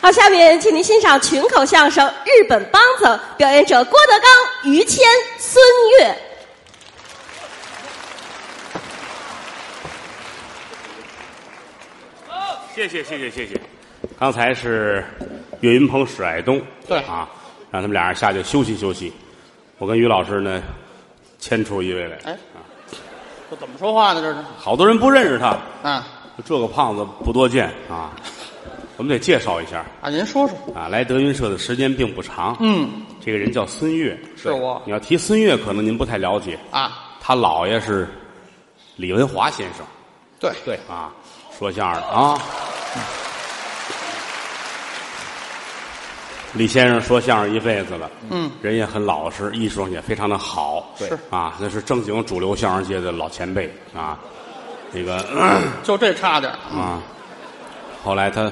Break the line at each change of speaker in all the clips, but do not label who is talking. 好，下面请您欣赏群口相声《日本梆子》，表演者郭德纲、于谦、孙越。
谢谢谢谢谢谢，刚才是岳云鹏、史爱东，
对
啊，让他们俩人下去休息休息。我跟于老师呢，牵出一位来，
哎，这怎么说话呢？这是
好多人不认识他，
啊
这个胖子不多见啊，我们得介绍一下
啊，您说说，
啊。来德云社的时间并不长，
嗯，
这个人叫孙越，
是我
你要提孙越，可能您不太了解，
啊，
他姥爷是李文华先生，
对，
对啊，说相声的啊。李先生说相声一辈子了，嗯，人也很老实，艺术上也非常的好，
对
啊，那是正经主流相声界的老前辈啊。这个
就这差点儿。
啊，后来他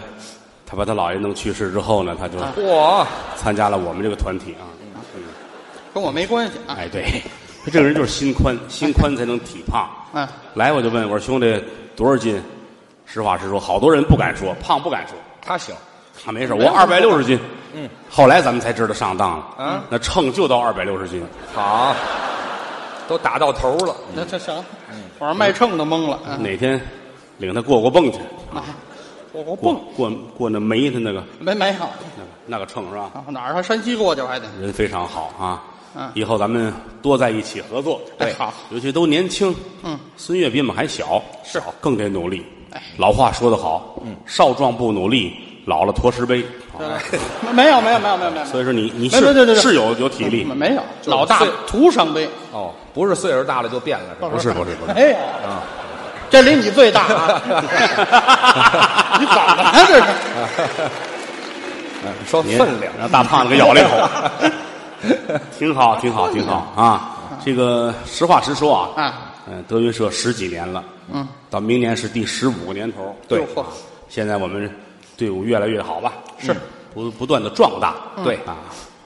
他把他姥爷弄去世之后呢，他就
我
参加了我们这个团体啊。
跟我没关系啊，
哎，对，他这个人就是心宽，心宽才能体胖。
嗯，
来我就问我说兄弟多少斤？实话实说，好多人不敢说，胖不敢说。
他行，
啊，没事，我二百六十斤。嗯，后来咱们才知道上当了。
嗯，
那秤就到二百六十斤。
好，都打到头了。
那这行，我让卖秤的懵了啊，
哪天领他过过泵去？
我我
过
蹦
过过那煤的那个
没买好，
那个那个秤是吧？
啊哪儿还山西过去我还得，
人非常好啊。
嗯
以后咱们多在一起合作。
哎好，
尤其都年轻。
嗯，
孙越比我们还小，
是
更得努力。
哎
老话说得好，嗯，少壮不努力，老了驮石碑。
对吧没有没有没有没有没有，
所以说你你
啊没没
是
没没
是有有体力，
没有
就是
老大
岁
徒伤悲，
哦，不是岁数大了就变了，是吧？
不是不是不是，
没有啊，这离你最大啊， 你怎么了这是？
说
您
分量，
让大胖子给咬了一口， 挺好挺好挺好啊！这个实话实说啊，
啊，
嗯，德云社十几年了，
嗯，
到明年是第十五个年头，
对
嚯
现在我们队伍越来越好吧？
是嗯
嗯，不不断的壮大，
对
啊，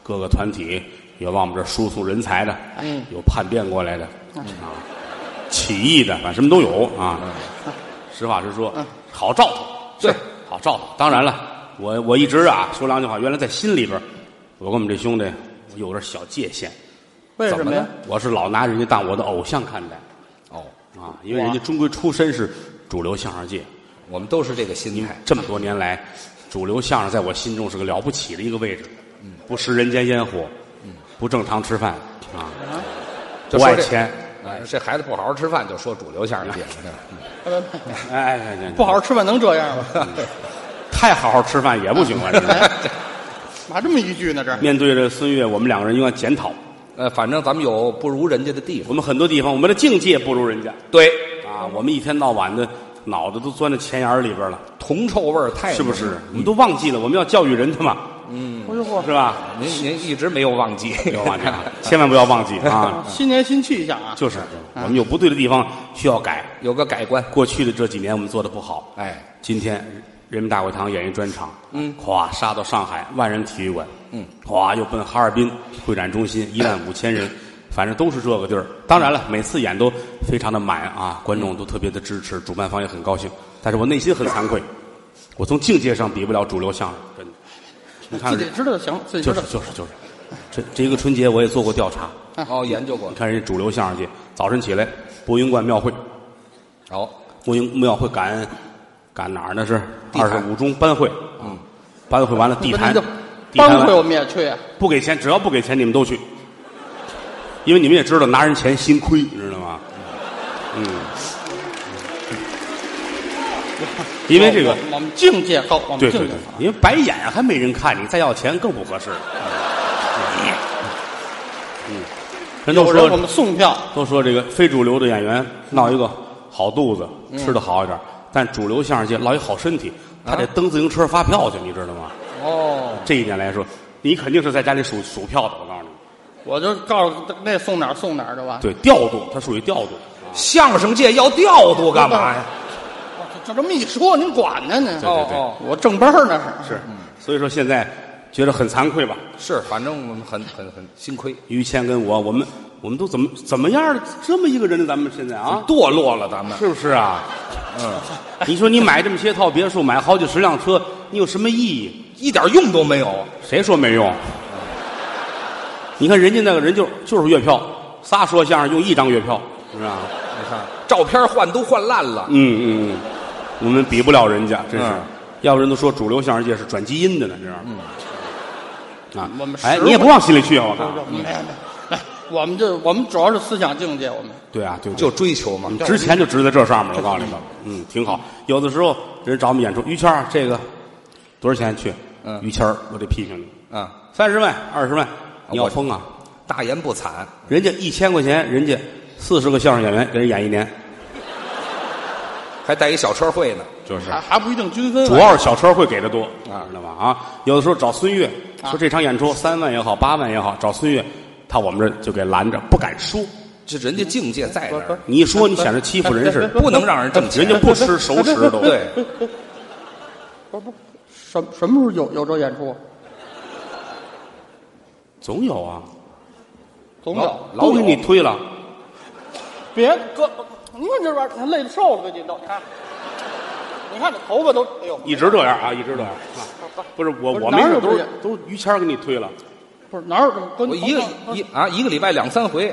各个团体有往我们这儿输送人才的，
嗯
有叛变过来的，啊，起义的，反正什么都有啊。
嗯
实话实说，好兆头，
对
是好兆头。当然了，我我一直啊说良心话，原来在心里边儿，我跟我们这兄弟我有点小界限，
为
怎
什
么
么呀
呢？？我是老拿人家当我的偶像看待。
哦，
啊，因为人家终归出身是主流相声界，
我们都是这个心态。
这么多年来，主流相声在我心中是个了不起的一个位置，不食人间烟火，不正常吃饭啊，不
就说
爱
这
钱，
哎，这孩子不好好吃饭，就说主流相声界，
嗯哎哎哎，
呃不好好吃饭能这样吗？
太好好吃饭也不行啊！这个
哎，咋这么一句呢？这
面对着孙越，我们两个人应该检讨，
呃，反正咱们有不如人家的地方。
我们很多地方我们的境界不如人家
对，
啊，我们一天到晚的脑子都钻到钱眼儿里边了，
铜臭味儿太浓
是不是？我们都忘记了我们要教育人的嘛，
哎呦嚯，
是吧？
您您一直没有忘记，
不要忘记嗯啊， 千万不要忘记啊！
新年新气象啊！
就是我们有不对的地方需要改。
有个改观。
过去的这几年我们做的不好，
哎，
今天人民大会堂演一专场，嗯，咵杀到上海万人体育馆，嗯，咵又奔哈尔滨会展中心一万五千人，反正都是这个地儿。当然了，每次演都非常的满啊，观众都特别的支持，主办方也很高兴。但是我内心很惭愧，我从境界上比不了主流相声，真的。你看
自，己知道就行，自己
就
知
是
道。
就是就是，这这一个春节我也做过调查，
哦，研究过
你，看人家主流相声界，早晨起来博云观庙会。
哦，
国营庙会赶赶哪儿呢？是
地
二
坛
十五中班会，嗯，班会完了地坛
那，
地坛
帮
完
会我们也去啊，
不给钱，只要不给钱你们都去，因为你们也知道拿人钱心亏，你知道吗？嗯，
嗯
因为这个
我们我们境界高，哦我们
对
境
对
界
对
高，
因为白演还没人看，你再要钱更不合适。嗯，嗯人都
有人我
说
们送票，
都说这个非主流的演员闹一个好肚子，
嗯
吃的好一点，但主流相声界落一好身体，他得蹬自行车发票去，你知道吗？
啊哦，
这一点来说，你肯定是在家里数数票的。我告诉你，
我就告诉那送哪儿送哪儿的吧，
对调度，它属于调度。
相声界要调度干嘛 呀？
我就这么一说，您管呢您？
对对对
哦，哦我正班儿呢是
是，嗯所以说现在觉得很惭愧吧？
是，反正我们很很很心亏，
于谦跟我，我们我们都怎么怎么样了？这么一个人，咱们现在啊，
堕落了咱们。
是不是啊？嗯，你说你买这么些套别墅，买好几十辆车，你有什么意义？
一点用都没有。
谁说没用？你看人家那个人就就是月票，仨说相声用一张月票，是吧？
你看照片换都换烂了，
嗯嗯，嗯，我们比不了人家，真是，
嗯
要不然都说主流相声界是转基因的呢，这样。啊，
我们
哎
实，惠
你也不往心里去啊！我看，
没没没，哎我们这我们主要是思想境界，我们
对啊，对，对
就追求嘛。
值钱就值在这上面，我告诉你吧，嗯，挺好。有的时候人找我们演出，于谦儿这个多少钱去？
嗯
于谦儿，我得批评你，
啊，
三十万、二十万，你要
我
疯啊！
大言不惭，
人家一千块钱，人家四十个相声演员给人演一年，
还带一小车会呢。
就是
还还不一定均分。啊
主要是小车会给的多，知道吗？啊，有的时候找孙越
啊
说这场演出三万也好，八万也好，找孙越，他我们这就给拦着，不敢说。
这人家境界在那儿，
你一说，你显得欺负人似的，
不能让人挣钱。
人家不吃熟食都。，
对，
不不，什么什么时候有有这演 出？啊
总有啊，
总
老
有，
都
老
给
有
你推了。
别哥，你看这玩意儿，累的瘦了，最近都，你看，你看这头发都，哎呦，
一直这样啊，一直这样。啊不是我，
不是
我没
哪
事，
有
都
不
是
是
都是于谦儿给你推了。
不是哪有这么跟
我一个
头
一啊一个礼拜两三回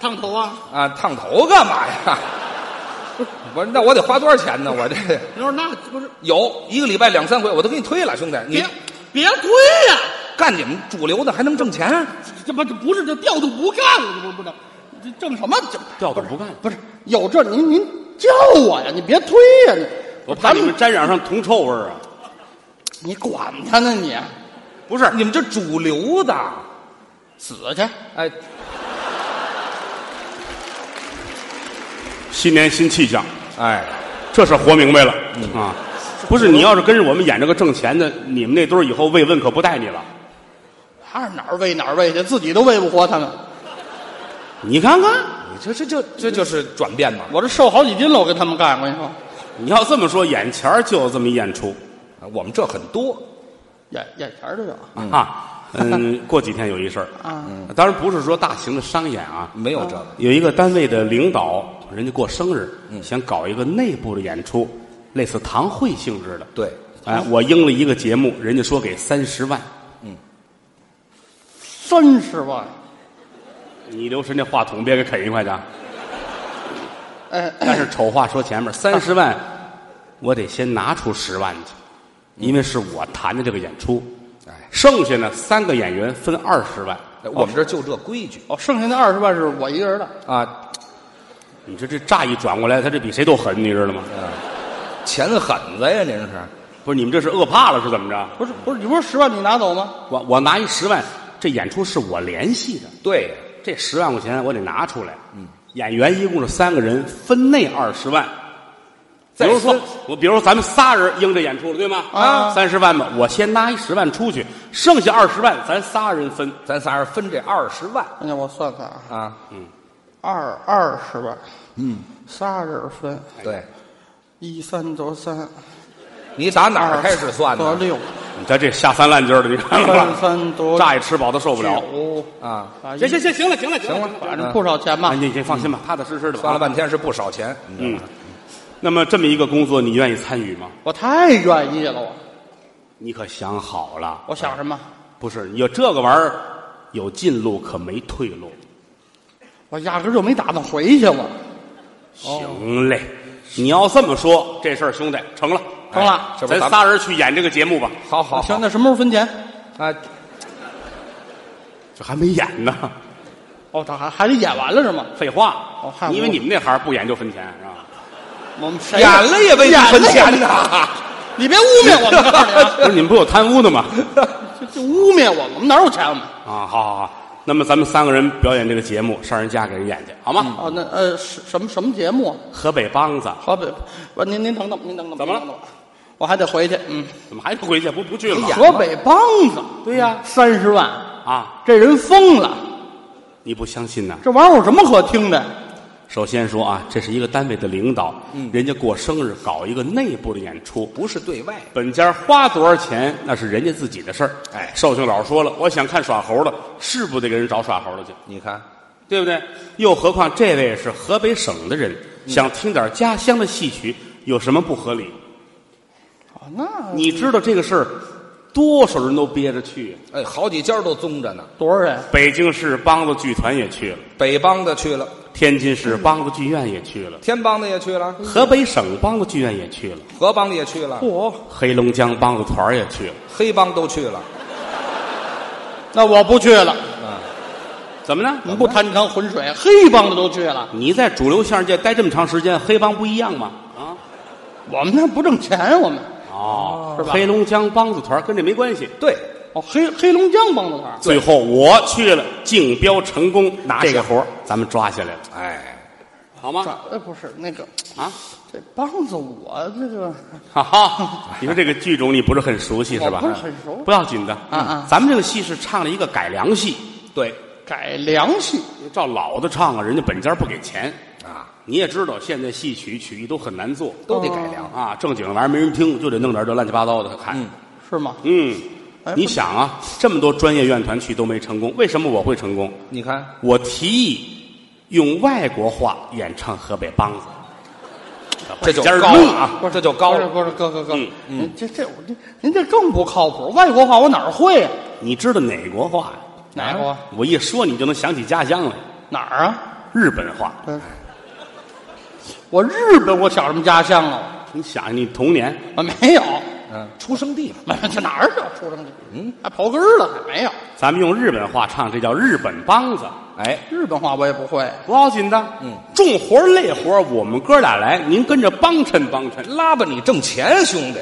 烫头啊？
啊，烫头干嘛呀？ 不是，那我得花多少钱呢？我这
你说那不是
有一个礼拜两三回，我都给你推了，兄弟，你
别别推呀、
干你们主流的还能挣钱？
这不这不是这调度不干了，这不不能，这挣什么这
调动不干
不是有这您您叫我呀，你别推呀、你
我怕你们沾染上铜臭味儿啊！
你管他呢你啊
不是，你们这主流的，
死去。
哎，
新年新气象，
哎，
这是活明白了啊！不是你要是跟着我们演这个挣钱的，你们那堆儿以后慰问可不带你了。
他是哪儿喂哪儿喂去，自己都喂不活他们。
你看看。
你这这这这就是转变嘛！
我这瘦好几斤了，我跟他们干，我跟你说，
你要这么说，眼前儿就有这么一演出
我们这很多，
眼眼前儿都有
啊。嗯，过几天有一事儿，
啊。
当然不是说大型的商演啊，
没有这个，
有一个单位的领导，人家过生日，想搞一个内部的演出，类似堂会性质的。
对，
哎，我应了一个节目，人家说给三十万，
三十万，
你留神这话筒别给啃一块去啊。
哎，
但是丑话说前面，三
啊
十万，我得先拿出十万去，因为是我谈的这个演出。
哎，
剩下呢，三个演员分二十万，
我们这就这规矩
哦，剩下那二十万是我一个人的，
啊，
你这这乍一转过来，他这比谁都狠，你知道吗？
嗯钱狠子呀，您是
不是你们这是饿怕了是怎么着？
不是不是，你不是十万你拿走吗？
我我拿一十万，这演出是我联系的，
对呀，
这十万块钱我得拿出来。嗯，演员一共是三个人，分内二十万。比
再
如说
分
我，比如说咱们仨人应这演出了，对吗？
啊
三十万吧，我先拿一十万出去，剩下二十万咱仨人分。
咱仨人分这二十万
那我算算啊，
啊，
嗯
二二十万，嗯，仨人分，
哎
对，
一三得三，
你打哪儿开始算
得
呢？
六，
你看这下三滥劲儿的，你看了
三
吧？
三得
乍一吃饱他受不了。
九
啊，
啊，
行行行，行了行了
行
行
了，
反正不少钱吧
哎
啊，。你你放心吧，踏踏实实的吧。
算了半天是不少钱，
嗯，那么这么一个工作，你愿意参与吗？
我太愿意了，我
你可想好了，
我想什么？
不是有这个玩意儿，有进路可没退路。
我压根儿就没打算回去，我
行嘞，你要这么说，这事儿兄弟成了，哎
成了
哎是不
咱
是？
仨人去演这个节目吧。
好好
行，
好
那什么时候分钱？
啊，
这还没演呢，
哦，他还还得演完了是吗？
废话
哦还，有
你以为你们那行不演就分钱是吧？
我们
哎
谁
演了也为你分钱
呢？
呐。
你别污蔑我们，告诉你啊
不是你们不有贪污的吗？
这这污蔑我们，我们哪有钱？我们
啊，好好好，那么咱们三个人表演这个节目，上人家给人演去，好吗？
啊，那呃，是什么什么节目啊？
河北梆子
河北，不，您您等等，您等等，
怎么了
您等等？我还得回去。嗯，
怎么还不回去？不不去了吧
河北梆子，对呀，三十万，
啊？
这人疯了，
你不相信呐？
这玩意儿有什么可听的？
首先说啊，这是一个单位的领导，人家过生日搞一个内部的演出，
不是对外，
本家花多少钱那是人家自己的事儿。
哎
寿星老说了，我想看耍猴的，是不得给人找耍猴的去，
你看，
对不对？又何况这位是嗯河北省的人，想听点家乡的戏曲，有什么不合理？
哦，那
你知道这个事儿，多少人都憋着去。
哎，好几家都宗着呢。
多少人？
北京市梆子剧团也去了，
北梆子去了，
天津市梆子剧院也去了，
天梆子也去了，
河北省梆子剧院也去了，
河梆子也去了，
嚯、
黑龙江梆子团儿也去了。
黑梆都去了。
那我不去了，
怎么呢？
你不贪这趟浑水，黑帮的都去了，
你在主流相声界待这么长时间，黑帮不一样吗？啊，
我们那不挣钱，我们
哦，
是吧
黑龙江梆子团儿跟这没关系。
对，
哦，黑黑龙江帮的团儿，
最后我去了，竞标成功，拿这
下
个活儿咱们抓下来了，
哎，
好吗？
呃，不是那个
啊，
这帮子我这个
哈 哈，你说这个剧种你不是很熟悉是吧？
我不是很熟
不要紧的，
嗯嗯
咱们这个戏是唱了一个改良戏，
对
改良戏，
照老的唱啊，人家本家不给钱。
啊，
你也知道，现在戏曲曲艺都很难做
都得改良。
啊，正经玩意儿没人听，就得弄点这乱七八糟的看。
是吗？
嗯，
哎
你
不
想啊，这么多专业院团去都没成功，为什么我会成功？
你看，
我提议用外国话演唱河北梆 子，
这就
尖儿
高
弄
了
啊！
啊，这就高
不是
了。
不是，哥哥哥，
嗯
您这这我这您这更不靠谱，外国话我哪儿会啊？
你知道哪国话呀？
哪国
啊我一说你就能想起家乡来，
哪儿啊？
日本话。
嗯我日本，我想什么家乡了？
你想，你童年
我没有，
嗯，出生地嘛，
没有这哪儿有出生地？嗯，还刨根儿了，还没有。
咱们用日本话唱，这叫日本梆子，
哎，
日本话我也不会，
不要紧的。嗯，重活儿累活儿，我们哥俩来，您跟着帮衬帮衬，
拉吧你挣钱，兄弟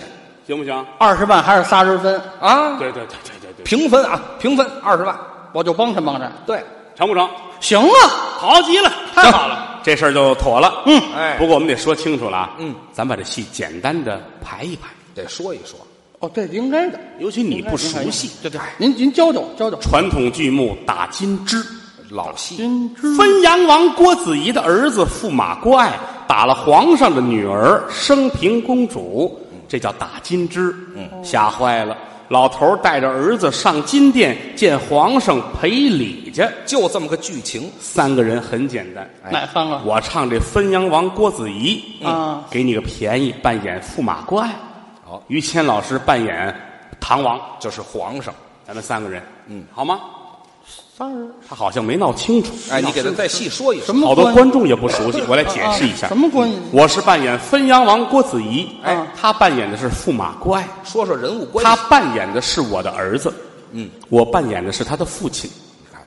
行不行？
二十万还是仨人分，
啊，
对对对对对对，
平分啊，平分二十万，
我就帮衬帮衬。
对，
成不成？
行啊，
好极了，
太好了，
这事儿就妥了。
嗯
哎
不过我们得说清楚了啊。
嗯，
咱把这戏简单的排一排，
得说一说，
哦，对，应该的。
尤其你不熟悉，
对对，您您教教我教教我。
传统剧目打金枝。
老戏
金枝
汾阳王郭子仪的儿子驸马郭爱打了皇上的女儿升平公主，这叫打金枝。嗯，吓坏了，老头儿带着儿子上金殿见皇上赔礼去。
就这么个剧情，
三个人很简单，
哪啊三个？
我唱这汾阳王郭子仪，
嗯
给你个便宜，扮演驸马郭爱。
好
于谦老师扮演唐王，
就是皇上，
咱们三个人，嗯，好吗？
仨人
他好像没闹清楚。
哎，你给他再细说一
什
说，
么
好多
关系
观众也不熟悉，我来解释一下。
啊什么关系
我是扮演汾阳王郭子仪，
哎，
他扮演的是驸马郭爱，
说说人物关
他
系，
扮演的是我的儿子，
嗯，
我扮演的是他的父亲。
你看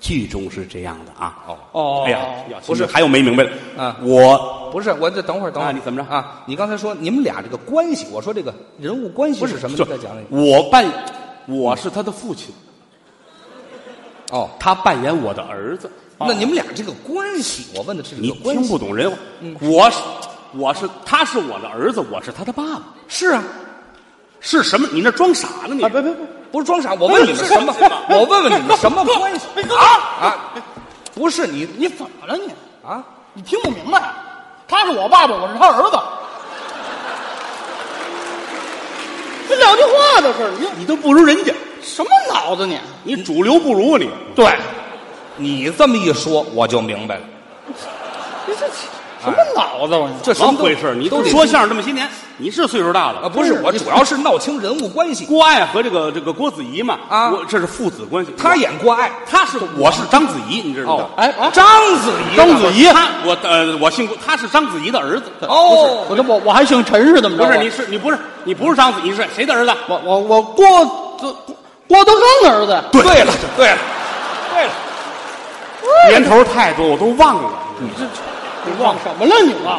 剧中是这样的啊，
哦。
哦，
哎呀，
不是
还有没明白的？
啊
我
不是，我这等会儿，等会儿、
啊你怎么着
啊？你刚才说你们俩这个关系，我说这个人物关系是什么？
就
你再讲讲。
我扮，我是他的父亲，
哦，
他扮演我的儿子。
那你们俩这个关系，我问的是这
啊你
个关
听
系。嗯
不懂人话，我是我是他是我的儿子，我是他的爸爸。
是啊，
是什么？你那装傻呢你？
啊，别别别，
不是装傻，我问你们什么？
哎
我问问你们什么关系
哎哥，啊
啊？不是你
你怎么了你？
啊？
你听不明白？他是我爸爸，我是他儿子。这两句话这是你
你都不如人家，
什么脑子你？
你主流不如你。
嗯
对，
你这么一说，我就明白了，
你这什么脑子我你？
这什
怎
么
么
都
回事？你
都
都
得
说相声这么些年，你是岁数大
啊？
了。
不是，我主要是闹清人物关系。
郭爱和这个这个郭子仪嘛，
啊
我这是父子关系。
他啊演郭爱，
他是我是章子怡，你知道吗
哦？
哎啊，
章哦子怡，
章子怡
他我呃我姓郭，他是章子怡的儿子。
哦，
我这我我还姓陈是怎么着
不
啊？
是，你是你不是你不是章子怡，是谁的儿子？
我我我郭郭郭德纲的儿子。
对了，对了，对了，
年头太多，我都忘了。
你忘什么了你忘？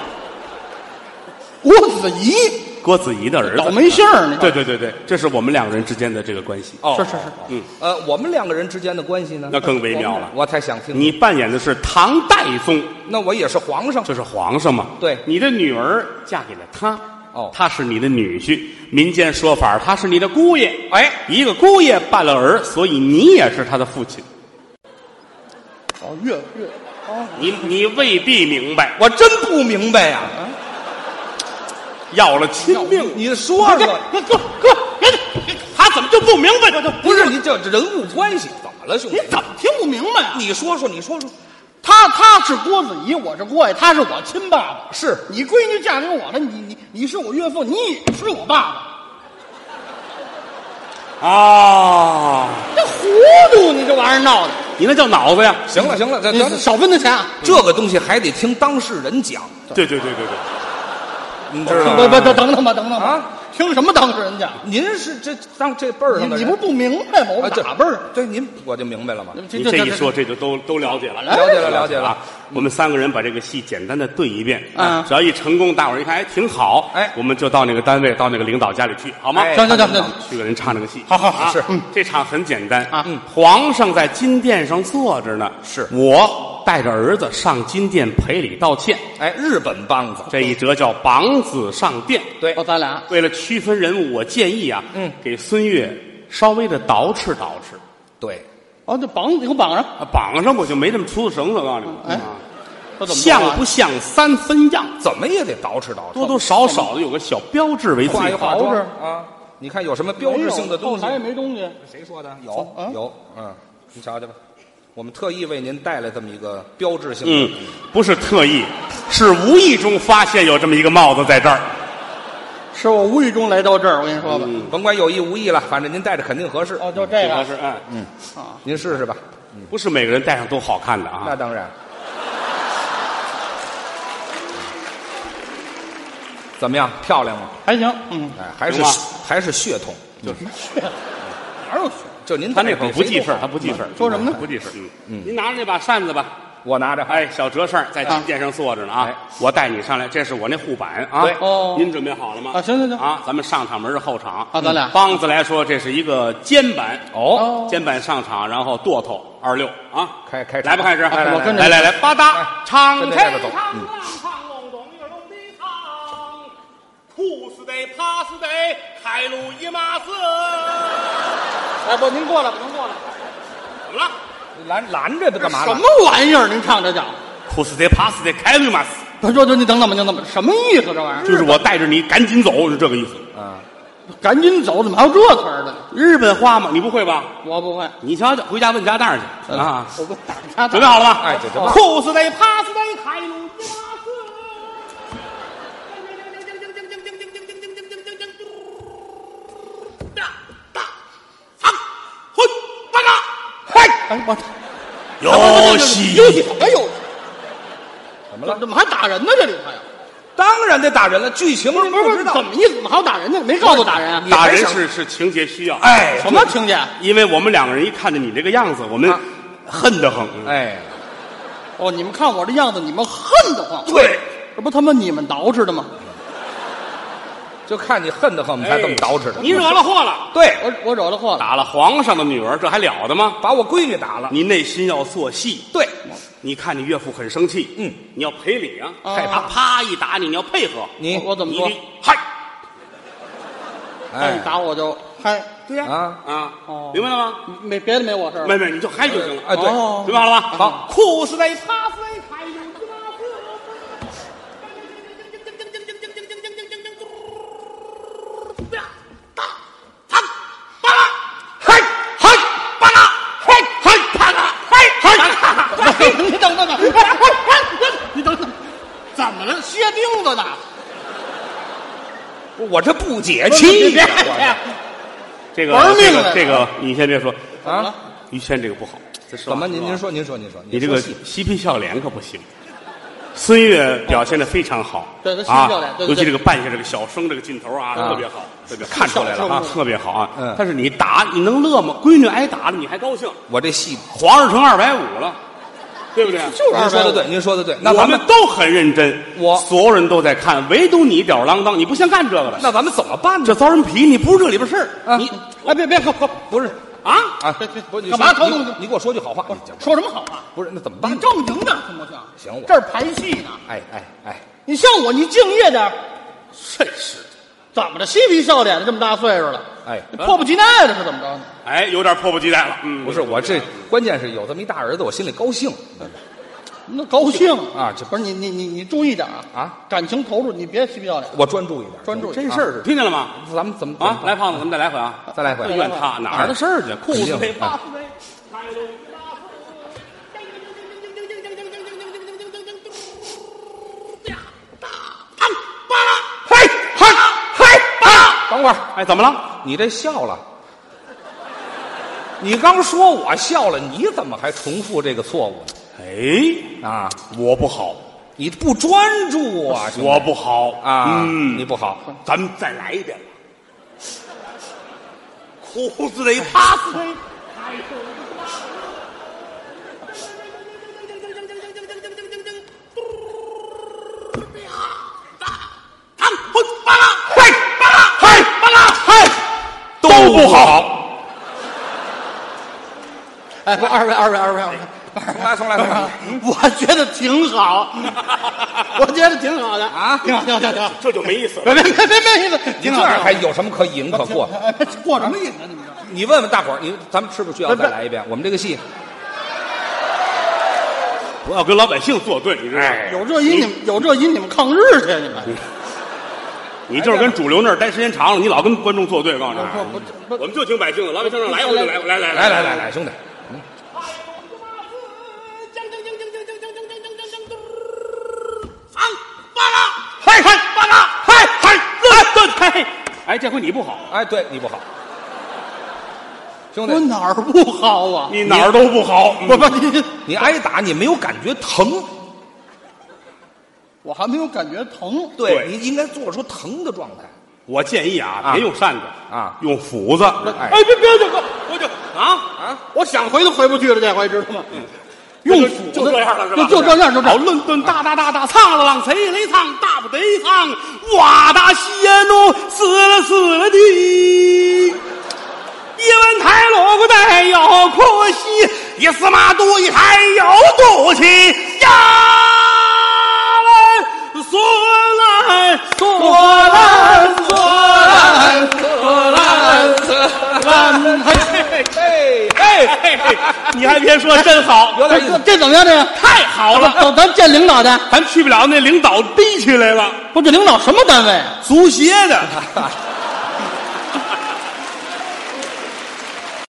郭子仪
郭子仪的儿子，
倒霉性儿，你
对对对对，这是我们两个人之间的这个关系，
哦，
是是是，
嗯，
呃，我们两个人之间的关系呢？呃
那更微妙了。
我才想听
你扮演的是唐代宗，
那我也是皇上，
这是皇上嘛？
对
你的女儿嫁给了他，
哦
他是你的女婿。民间说法，他是你的姑爷。
哎，
一个姑爷办了儿，所以你也是他的父亲。
哦，越越哦，
你你未必明白，
我真不明白呀、
要了亲命，
啊你说说，
哥哥哥，别
他怎么就不明白？
不是你这这人物关系怎么了，兄弟
你？怎么听不明白啊？
你说说，你说说，
他他是郭子仪，我是郭爷，他是我亲爸爸。
是
你闺女嫁给我了，你你你是我岳父，你也是我爸爸。
啊，
这糊涂，你这玩意儿闹的，
你那叫脑子呀！
行了行了，这
你
这
少分他 钱啊！
这个东西还得听当事人讲，
对对对对对。
你知
啊
道
不不
吗？
等等等吧，等等吧
啊！
听什么当事人讲？
您是这当这辈儿
你
上的
你
人
不不明白吗？我
啊，这
打辈儿，
对您我就明白了嘛。
这
您这一说，这就都都了解了，
了解了了哎解了
啊。我们三个人把这个戏简单的炖一遍，啊
嗯
只要一成功，大伙儿一看，哎，挺好，
哎
我们就到那个单位，到那个领导家里去，好吗？啊
哎
行行行行，
去给人唱这个戏，
好好好
啊
是嗯
这场很简单
啊
嗯，皇上在金殿上坐着呢，
是
我带着儿子上金殿赔礼道歉，
哎，日本梆子，
这一折叫绑子上殿。
对
哦，咱俩
为了区分人物，我建议啊，
嗯
给孙越稍微的捯饬捯饬。
对，
哦，这绑给我绑上，
啊，绑上我就没这么粗的绳子，我告诉你们，
哎
啊
这怎么
像
弄啊
不像三分样，
怎么也得捯饬捯饬，
多多少少的有个小标志为最
化一化
好。
妆
捯
啊。你看有什么标志性的东西
后？台也没东西。
谁说的？有
啊
有，嗯，你瞧瞧吧，我们特意为您带来这么一个标志性
嗯
的，
不是特意，是无意中发现有这么一个帽子在这儿。
是我无意中来到这儿，我跟你说吧。
嗯
甭管有意无意了，反正您带着肯定合适。
哦，就这
合
个，
适，哎，
您试试吧。
不是每个人戴上都好看的
那
嗯啊。
当然。怎么样？漂亮吗？
还行，嗯，
哎，还是
行吧
还是血统，
血哪有血？
就您
他
带
那
着
会儿不
谁
记
都
事儿
好
他不记事儿
说什么呢
不记事儿嗯，您拿着这把扇子吧。
我拿着，哎，
哎，小折扇儿在金殿上坐着呢
哎
啊！我带你上来，这是我那护板啊。
对
哦
您准备好了吗？
啊行行行
啊，咱们上场门是后场嗯
啊咱俩
梆子来说，这是一个肩板
哦，
肩膀上场，然后剁头二六啊，
开开场
来吧，开始，
啊
来
我
来
跟着哎
来来来，吧嗒，唱
跟着
开
这个走
唱
嗯
浪唱隆咚一隆的唱，哭死得趴死得，海路一马死，
哎，不，您过来吧，您过来。
怎么了？
拦拦着他干嘛呢？
什么玩意儿？您唱这叫？
哭死得趴死得，海路一马死，
他说：“就你等等吧，你等等吧，什么意思？这玩意
就是我带着你赶紧走，是这个意思。
儿，
啊，
赶紧走，怎么还有这词儿呢？
日本话嘛，你不会吧？
我不会
你瞧瞧，回家问家蛋儿去
嗯
啊！
我不打他。
准备好了吗？
哎对准备好
哭死得趴死得，海路一马死。
哎，我
游戏
游戏什么游？哦哎怎
怎么
么
了？
怎么还打人呢？这里头呀？
当然得打人了，剧情您
不
不
是
知
怎
道。
么意思？怎么还有打人呢？没告诉我打人啊？
你
打
还
人
想
是是情节需要，
哎
什么听见？
因为我们两个人一看见你这个样子，我们
啊
恨得很。
哎，
哦，你们看我这样子，你们恨得慌。
对，
这不他妈你们捯饬的吗？
就看你恨得很，我们才这么捯饬的。嗯
你惹了祸了，
对，
我我惹了祸了。
打了皇上的女儿，这还了得吗？
把我闺女打了。
你内心要做戏，
对，
你看你岳父很生气，
嗯，
你要赔礼啊，
啊
害怕，啪一打你，你要配合，
你
我我怎么
你
说
得？嗨，
那
哎
你打我就嗨，
对呀，
啊
啊
哦，
明白了吗？
没别的没我事儿。
妹妹，你就嗨就行了，
哎，对，
哦
明白了吧？
好，
哭死在他，
嗨嗨，巴拉，嗨嗨巴拉，嗨嗨。
你等等等，你等等，怎么了？薛钉子呢？
我这不解气呀！
这个
玩命
这个
了
这个，你先别说，
我啊，
于谦这个不好，这是吧
怎么您
是吧
您说您说您说
你
您
这个
说戏
嬉皮笑脸可不行。孙越表现的非常好，
对他嬉皮
啊
笑脸对对
尤其这个扮下这个小生这个劲头啊，
啊
特别好，特别看出来了啊，
小生
特别好啊。
嗯
但是你打你能乐吗？闺女挨打了你还高兴？
我这戏，
皇上成二百五了，对不对？
就是
您说
250
的对，您说的对。那
我
咱
们
们
都很认真，
我
所有人都在看，唯独你吊儿郎当，你不像干这个的，
那咱们怎么办呢？
这遭人皮，你不是这里边事儿，
啊
你
哎，别别，快快，
不是
啊，
啊
这这，
不是你
干嘛
说
掏东西
你你给我说句好话，你讲
说什么好话？
不是那怎么办
你
呢？
正经点行不行？
行我
这儿排戏呢。
哎哎哎，
你像我，你敬业点儿，
真是的，
怎么着？嬉皮笑脸的，这么大岁数了，
哎
迫不及待的是怎么着呢？
哎，有点迫不及待了，嗯，
不是我这关键是有这么一大儿子，我心里高兴。
那高兴
啊这
不是你你你你注意点啊
啊！
感情投入，你别嬉皮笑脸。
我专注一点，
专注
真
真
事
事
儿
儿是，听见了吗？
是咱们怎么
啊，，
怎么
来胖子，咱们再来回啊，
再来一回哎
怨他哪儿的啊哎事儿去？裤
肯
子
定
没
啊
扒出来，开了一大口
会儿，哎，怎么了？你这笑了。你刚说我笑了，你怎么还重复这个错误呢
哎，
啊？
我不好，
你不专注啊！兄弟
我不好
啊，
嗯，
你不好，
咱们再来一遍吧。哭死得怕死得。
啊，嘿巴拉，嘿巴拉，嘿巴拉，嘿，
都不好。
哎，不，二位，二位，二位，二位，
重来，重来，重来。
我觉得挺好，我觉得挺好的
啊
挺好，挺好，挺好，
这就没意思了。
别别别别别意思，
你
挺
这
好，
样还有什么可引可
挺好
过？
哎过什么瘾呢？你们这
你问问大伙儿，你咱们是不是需要
不是
再来一遍？ 我们这个戏，
我要跟老百姓作对，你知道吗？
有这瘾，你们有这瘾，你们抗日去，你们。
你就是跟主流那儿待时间长了，你老跟观众作对，告诉你，
不不
我们就听百姓的，老百姓让来我就来，来来
来来来来，兄弟，嘿嘿巴拉，嘿嘿
来，嘿，哎，这回你不好，
哎，对你不好，兄
我
弟，
哪儿不好啊？
你哪儿都不好，
不不，你
你挨打你没有感觉疼，
我还没有感觉疼。
对
你应该做出疼的状态。
我建议啊，
啊
别用扇子
啊
用斧子。
哎
哎，别别就我我就啊，
啊，
我想回都回不去了，这回知道吗？用
就
斧子
嗯就这样了是吧？
就就这样就这样
好论顿大大大大，苍了浪贼雷苍，大不得苍，哇大西安奴死了死了的。一文台锣鼓带有哭戏，一司马肚一抬有肚气呀！索兰，索兰，索兰，索兰，索兰！嘿
嘿，
嘿嘿嘿，你还别说，真好，
有点意
这
思。
这怎么样？这个
太好了！
走，咱见领导去。
咱去不了那领导逼起来了，
啊不，这领导什么单位？
足协的，